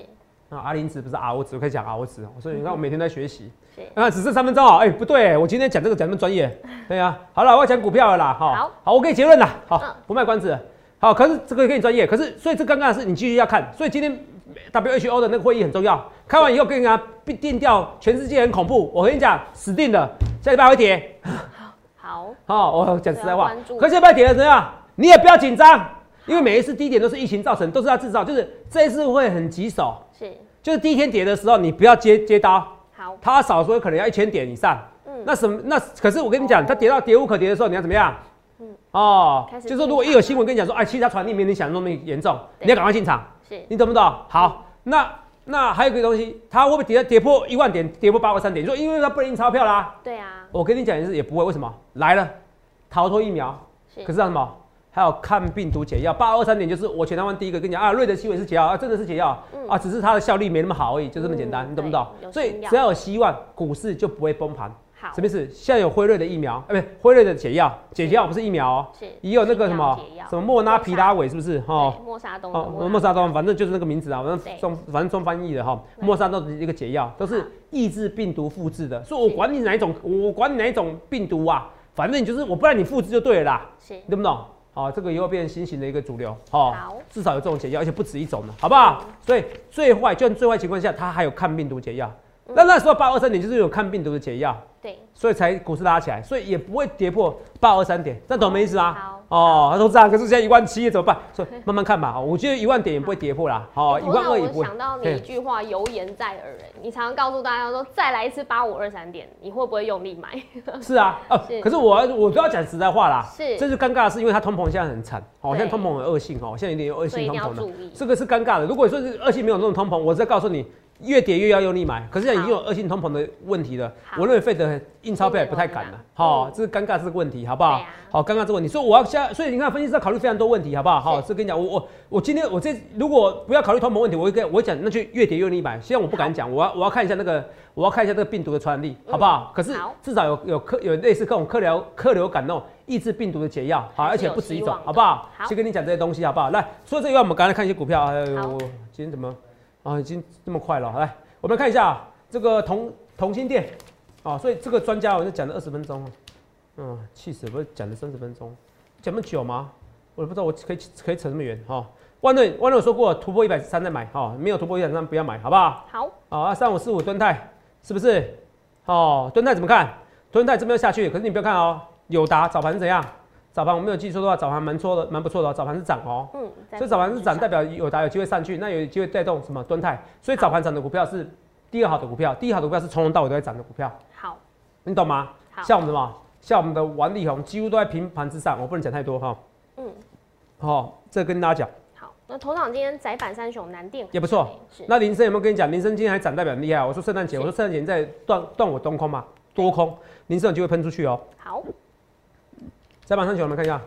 Speaker 2: 啊，R 零值不是 R，我只会讲 R 值，所以你看我每天都在学习。
Speaker 1: 是，
Speaker 2: 啊，只剩三分钟哦，哎、不对，我今天讲这个讲那么专业。对啊，好了，我要讲股票了啦，哈
Speaker 1: 好，
Speaker 2: 好，我给结论啦，好
Speaker 1: 嗯，
Speaker 2: 不卖关子了。好，可是这个可以专业，可是所以这刚刚是你继续要看，所以今天 WHO 的那个会议很重要，开完以后跟人家定掉，全世界很恐怖。我跟你讲，死定了，下礼拜会跌。
Speaker 1: 好，
Speaker 2: 哦，我讲实在话
Speaker 1: 对啊关注，
Speaker 2: 可是不要跌了怎样？你也不要紧张，因为每一次低点都是疫情造成，都是他制造，就是这一次会很棘手。
Speaker 1: 是
Speaker 2: 就是第一天跌的时候，你不要接接刀，
Speaker 1: 好，
Speaker 2: 它少说可能要一千点以上。
Speaker 1: 嗯
Speaker 2: 那什么？那可是我跟你讲，它跌到跌无可跌的时候，你要怎么样？
Speaker 1: 嗯
Speaker 2: 哦
Speaker 1: 开，始
Speaker 2: 就是说如果一有新闻跟你讲说，哎，其实它传递没你想的那么严重，
Speaker 1: 对
Speaker 2: 你要赶快进场，
Speaker 1: 是
Speaker 2: 你懂不懂？好，那那还有一个东西，它会不会跌跌破一万点，跌破八万三点？你说因为它不能印钞票啦。
Speaker 1: 对啊，
Speaker 2: 我跟你讲也是也不会，为什么？来了，逃脱疫苗，
Speaker 1: 是
Speaker 2: 可是还有什么？还有抗病毒解药，八二三点就是我前台湾第一个跟你讲啊，瑞德西韦是解药啊，真的是解药、
Speaker 1: 嗯
Speaker 2: 啊，只是它的效力没那么好而已，就这么简单，
Speaker 1: 嗯
Speaker 2: 你懂不懂
Speaker 1: 对有？
Speaker 2: 所以
Speaker 1: 新药
Speaker 2: 只要有希望，股市就不会崩盘。
Speaker 1: 好
Speaker 2: 什么意思？现在有辉瑞的疫苗，哎、不是辉瑞的解药，解药不是疫苗哦，
Speaker 1: 是
Speaker 2: 也有那个什么
Speaker 1: 新药解药
Speaker 2: 什么莫纳皮拉韦，是不是？哦
Speaker 1: 对，莫沙东的
Speaker 2: 哦，
Speaker 1: 拉
Speaker 2: 莫沙东，反正就是那个名字啊，
Speaker 1: 对
Speaker 2: 反正中反正中翻译的哈，
Speaker 1: 对
Speaker 2: 莫沙东的一个解药，都是抑制病毒复制的，所以我
Speaker 1: 是
Speaker 2: 管你哪一种，我管你哪一种病毒啊，反正你就是我不让你复制就对了啦，
Speaker 1: 是
Speaker 2: 你懂不懂？好、这个以后变成新型的一个主流，哦
Speaker 1: 好，嗯
Speaker 2: 至少有这种解药，而且不止一种呢，好不好？所以最坏，就算最坏情况下，它还有抗病毒解药。
Speaker 1: 嗯
Speaker 2: 那那时候八二三点就是有抗病毒的解药，
Speaker 1: 对
Speaker 2: 所以才股市拉起来，所以也不会跌破八二三点，这样懂没意思啊？哦，他说这样，可是现在一万七怎么办？所以慢慢看吧，我觉得一万点也不会跌破啦，哦，
Speaker 1: 欸
Speaker 2: 一
Speaker 1: 头
Speaker 2: 万
Speaker 1: 上
Speaker 2: 二也不
Speaker 1: 我
Speaker 2: 会
Speaker 1: 想到你一
Speaker 2: 嘿。
Speaker 1: 句话“油盐在耳”哎，你常常告诉大家说再来一次八五二三点，你会不会用力买？
Speaker 2: 是啊，哦
Speaker 1: 是，
Speaker 2: 可是我我都要讲实在话啦，
Speaker 1: 是
Speaker 2: 这是尴尬的是，因为它通膨现在很惨，哦，
Speaker 1: 对
Speaker 2: 现在通膨很恶性哦，现在有点有恶
Speaker 1: 所以一
Speaker 2: 性
Speaker 1: 定要
Speaker 2: 通膨
Speaker 1: 注
Speaker 2: 了，
Speaker 1: 意。
Speaker 2: 这个是尴尬的。如果说是恶性没有那种通膨，我再告诉你，越跌越要用力买，可是现在已经有恶性通膨的问题了
Speaker 1: 好，
Speaker 2: 我认为费德印钞票也不太敢了，哦
Speaker 1: 嗯，
Speaker 2: 这是尴尬这个问题，好不好
Speaker 1: 对啊？
Speaker 2: 好，刚刚这个问题，所以我要下，所以你看分析师要考虑非常多问题，好不好？好，
Speaker 1: 是
Speaker 2: 这跟你讲，我我我今天我这如果不要考虑通膨问题，我会跟我会讲那就越跌越一百。现在我不敢讲，我要我要看一下那个，我要看一下这个病毒的传染力，
Speaker 1: 嗯
Speaker 2: 好不好？可是
Speaker 1: 好
Speaker 2: 至少有有客有类似各种客流客流感那种抑制病毒的解药，好，
Speaker 1: 还
Speaker 2: 而
Speaker 1: 是
Speaker 2: 且
Speaker 1: 有
Speaker 2: 不止一
Speaker 1: 希
Speaker 2: 种
Speaker 1: 望，的
Speaker 2: 好不好？
Speaker 1: 好
Speaker 2: 先跟你讲这些东西，好不好？来，除了这以外，我们刚才看一些股票，哎
Speaker 1: 好
Speaker 2: 呦，今天怎么啊，已经这么快了？来，我们来看一下啊这个同同心店啊，所以这个专家我就讲了二十分钟了，嗯，气死，不是讲了三十分钟。讲那么久吗？我都不知道我可以可以扯那么远哈、万润万润有说过突破一百三再买哈、没有突破一百三不要买，好不好？
Speaker 1: 好，
Speaker 2: 好啊，三五四五蹲泰是不是？哦，蹲泰怎么看？蹲泰这边要下去，可是你不要看哦。友达早盘是怎样？早盘我没有记错的话，早盘蛮错的，蛮不错的哦，早盘是涨哦。
Speaker 1: 嗯，在
Speaker 2: 所以早盘是涨，
Speaker 1: 之上
Speaker 2: 代表友达有机会上去，那有机会带动什么蹲泰？所以早盘涨的股票是第二好的股票，第一好的股票是从头到尾都在涨的股票，
Speaker 1: 好，
Speaker 2: 你懂吗？
Speaker 1: 好，
Speaker 2: 像我们什么？像我们的王力宏几乎都在平盘之上，我不能讲太多哈、
Speaker 1: 嗯，
Speaker 2: 哦，这跟大家讲
Speaker 1: 好。那头场今天窄板三雄南电
Speaker 2: 也不错。
Speaker 1: 是
Speaker 2: 那林森有没有跟你讲？林森今天还涨代表很厉害哦。我说圣诞节，
Speaker 1: 是
Speaker 2: 我说圣诞节你在断断我东空嘛，多空，林森有机会喷出去哦。
Speaker 1: 好，
Speaker 2: 再往上去，我们看一下。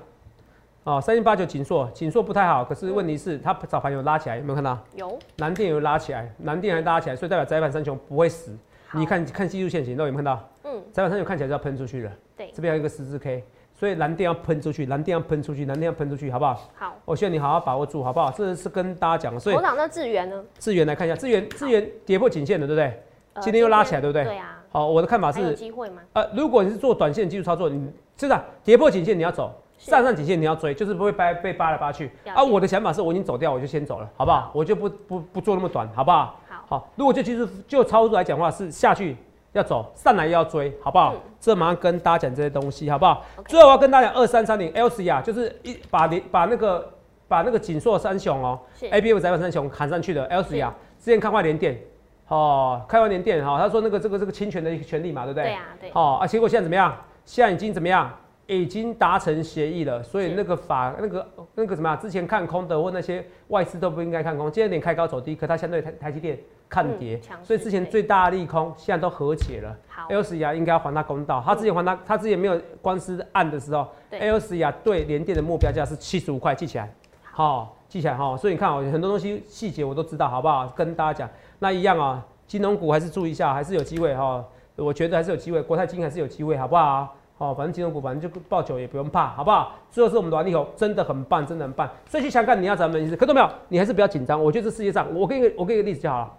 Speaker 2: 哦，三零八九锦硕，锦硕不太好，可是问题是它早盘有拉起来，有没有看到？
Speaker 1: 有
Speaker 2: 南电有拉起来，南电还拉起来，所以代表窄板三雄不会死。
Speaker 1: 好
Speaker 2: 你看看技术线型，都有没有看到？
Speaker 1: 嗯，
Speaker 2: 窄板三雄看起来就要喷出去了。
Speaker 1: 对
Speaker 2: 这边还有一个十字 K，所以蓝电要喷出去，蓝电要喷出去，蓝电要喷出去，好不好？
Speaker 1: 好。
Speaker 2: 我希望你好好把握住，好不好？这是跟大家讲的，所以
Speaker 1: 头场那智源呢？
Speaker 2: 资源来看一下，资源资源跌破颈线了，对不对？
Speaker 1: 呃
Speaker 2: 今天又拉起来对不对
Speaker 1: 对啊，
Speaker 2: 好，我的看法
Speaker 1: 还有
Speaker 2: 是，
Speaker 1: 机会吗？
Speaker 2: 呃，如果你是做短线技术操作，你是的、跌破颈线你要走，
Speaker 1: 是
Speaker 2: 站上颈线你要追，就是不会掰被扒来扒去。
Speaker 1: 了
Speaker 2: 啊，
Speaker 1: 解
Speaker 2: 我的想法是我已经走掉，我就先走了，好不好？我就不不不做那么短，好不好？
Speaker 1: 好，
Speaker 2: 好，如果就技术就操作来讲的话，是下去要走，上来要追，好不好？
Speaker 1: 嗯
Speaker 2: 这马上跟大家讲这些东西，好不好
Speaker 1: OK
Speaker 2: 最后我要跟大家讲二三三零 L C 啊，就是一把连把那个把那个锦硕三雄哦、
Speaker 1: 是
Speaker 2: A B F 窄板三雄喊上去的 L C 啊，之前看坏联电，哦，看坏联电哈、他说那个这个这个侵权的一个权利嘛，对不对？
Speaker 1: 对啊，对，
Speaker 2: 哦啊，结果现在怎么样？现在已经怎么样？已经达成协议了，所以
Speaker 1: 是
Speaker 2: 那个法那个那个什么、啊，之前看空的或那些外资都不应该看空，今天有点开高走低，可它相对台台积电看跌
Speaker 1: 嗯强，势
Speaker 2: 所以之前
Speaker 1: 对
Speaker 2: 最大的利空现在都和解了。
Speaker 1: 好，嗯
Speaker 2: L C 啊，应该要还他公道。他之前还他，他之前没有官司案的时候
Speaker 1: 对
Speaker 2: ，L C 啊对联电的目标价是七十五块，记起来，好、记起来哈、所以你看哦，很多东西细节我都知道，好不好？跟大家讲，那一样啊、金融股还是注意一下，还是有机会哈、我觉得还是有机会，国泰金还是有机会，好不好？好、反正金融股反正就报九也不用怕，好不好？最后是我们的王力宏，真的很棒，真的很棒。所以去香港你要咱们意思，看到没有？你还是不要紧张。我觉得这世界上，我给你个我给你个例子就好了，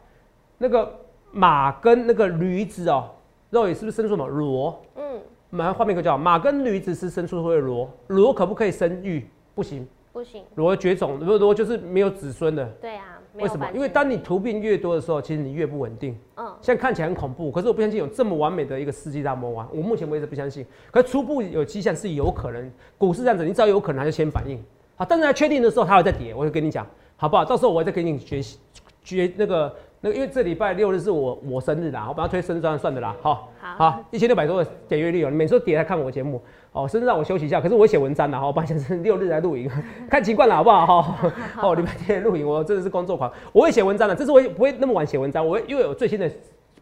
Speaker 2: 那个马跟那个驴子哦，肉也是不是生出什么螺？
Speaker 1: 嗯，
Speaker 2: 马上画面一个叫马跟驴子是生出会螺，螺可不可以生育？不行，
Speaker 1: 不行，
Speaker 2: 裸绝种，如果如果就是没有子孙的，
Speaker 1: 对啊，没
Speaker 2: 为
Speaker 1: 有
Speaker 2: 什么？
Speaker 1: 版
Speaker 2: 因为
Speaker 1: 权
Speaker 2: 当你突变越多的时候，其实你越不稳定。
Speaker 1: 嗯
Speaker 2: 现在看起来很恐怖，可是我不相信有这么完美的一个世纪大魔王，我目前为止不相信。可是初步有迹象是有可能，股市这样子，你只要有可能，它就先反应。好，但是它确定的时候，它还在跌，我就跟你讲，好不好？到时候我再跟你学习学那个那个，因为这礼拜六日是我我生日啦，我把它推生日专案算的啦，好。
Speaker 1: 好，
Speaker 2: 好，一千六百多的点阅率哦，你每次都点来看我节目哦，甚至让我休息一下。可是我写文章了哈，我本来想是六日来录影，看习惯了好不 好哈？哦，礼拜天录影，我真的是工作狂。我会写文章的，这次我也不会那么晚写文章，我会因为有最新的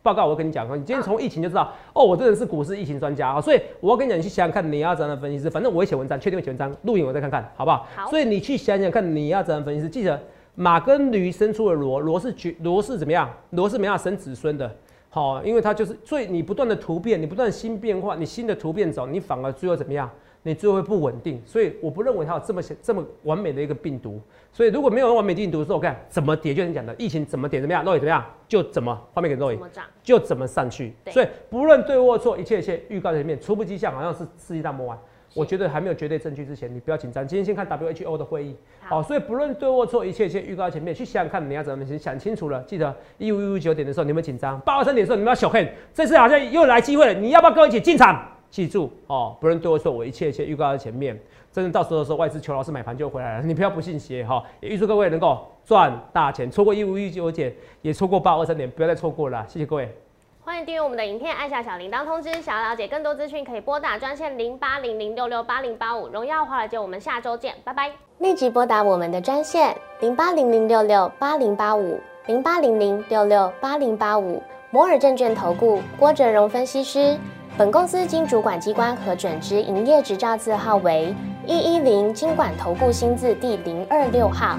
Speaker 2: 报告，我会跟你讲哦。你今天从疫情就知道，哦，我真的是股市疫情专家啊、所以我要跟你讲，你去想想看，你要怎样的分析师，反正我会写文章，确定会写文章，录影我再看看，好不好？
Speaker 1: 好
Speaker 2: 所以你去想想看，你要怎样的分析师，记得。马跟驴生出了骡，骡是绝骡是怎么样？骡是没办法生子孙的，好，因为它就是，所以你不断的突变，你不断新变化，你新的突变走，你反而最后怎么样？你最后会不稳定。所以我不认为它有这么这么完美的一个病毒。所以如果没有完美病毒的时候，我看怎么跌，就像你讲的，疫情怎么跌怎么样，肉也怎么样就怎么，画面给肉
Speaker 1: 怎
Speaker 2: 眼
Speaker 1: 么涨？
Speaker 2: 就怎么上去。
Speaker 1: 对
Speaker 2: 所以不论对或错，一切一切预告前面，初步迹象好像是世纪大魔王。
Speaker 1: 是
Speaker 2: 我觉得还没有绝对证据之前，你不要紧张。今天先看 WHO 的会议，
Speaker 1: 好
Speaker 2: 好，所以不论对或错，一切一切预告前面，去想想看你要怎么先想清楚了。记得一五一五九点的时候，你们紧张；八二三点的时候，你们要小看。这次好像又来机会了，你要不要跟我一起进场？记住哦，不论对或错，我一切一切预告在前面。真的到时候的时候，外资求老师买盘就回来了，你不要不信邪哈、也预祝各位能够赚大钱，错过一五一九点，也错过八二三点，不要再错过了。谢谢各位。
Speaker 1: 欢迎订阅我们的影片，按下小铃铛通知。想要了解更多资讯，可以拨打专线零八零零六六八零八五。荣耀华尔街，我们下周见，拜拜。
Speaker 3: 立即拨打我们的专线零八零零六六八零八五零八零零六六八零八五摩尔证券投顾郭哲荣分析师。本公司经主管机关核准之营业执照字号为一一零金管投顾新字第零二六号。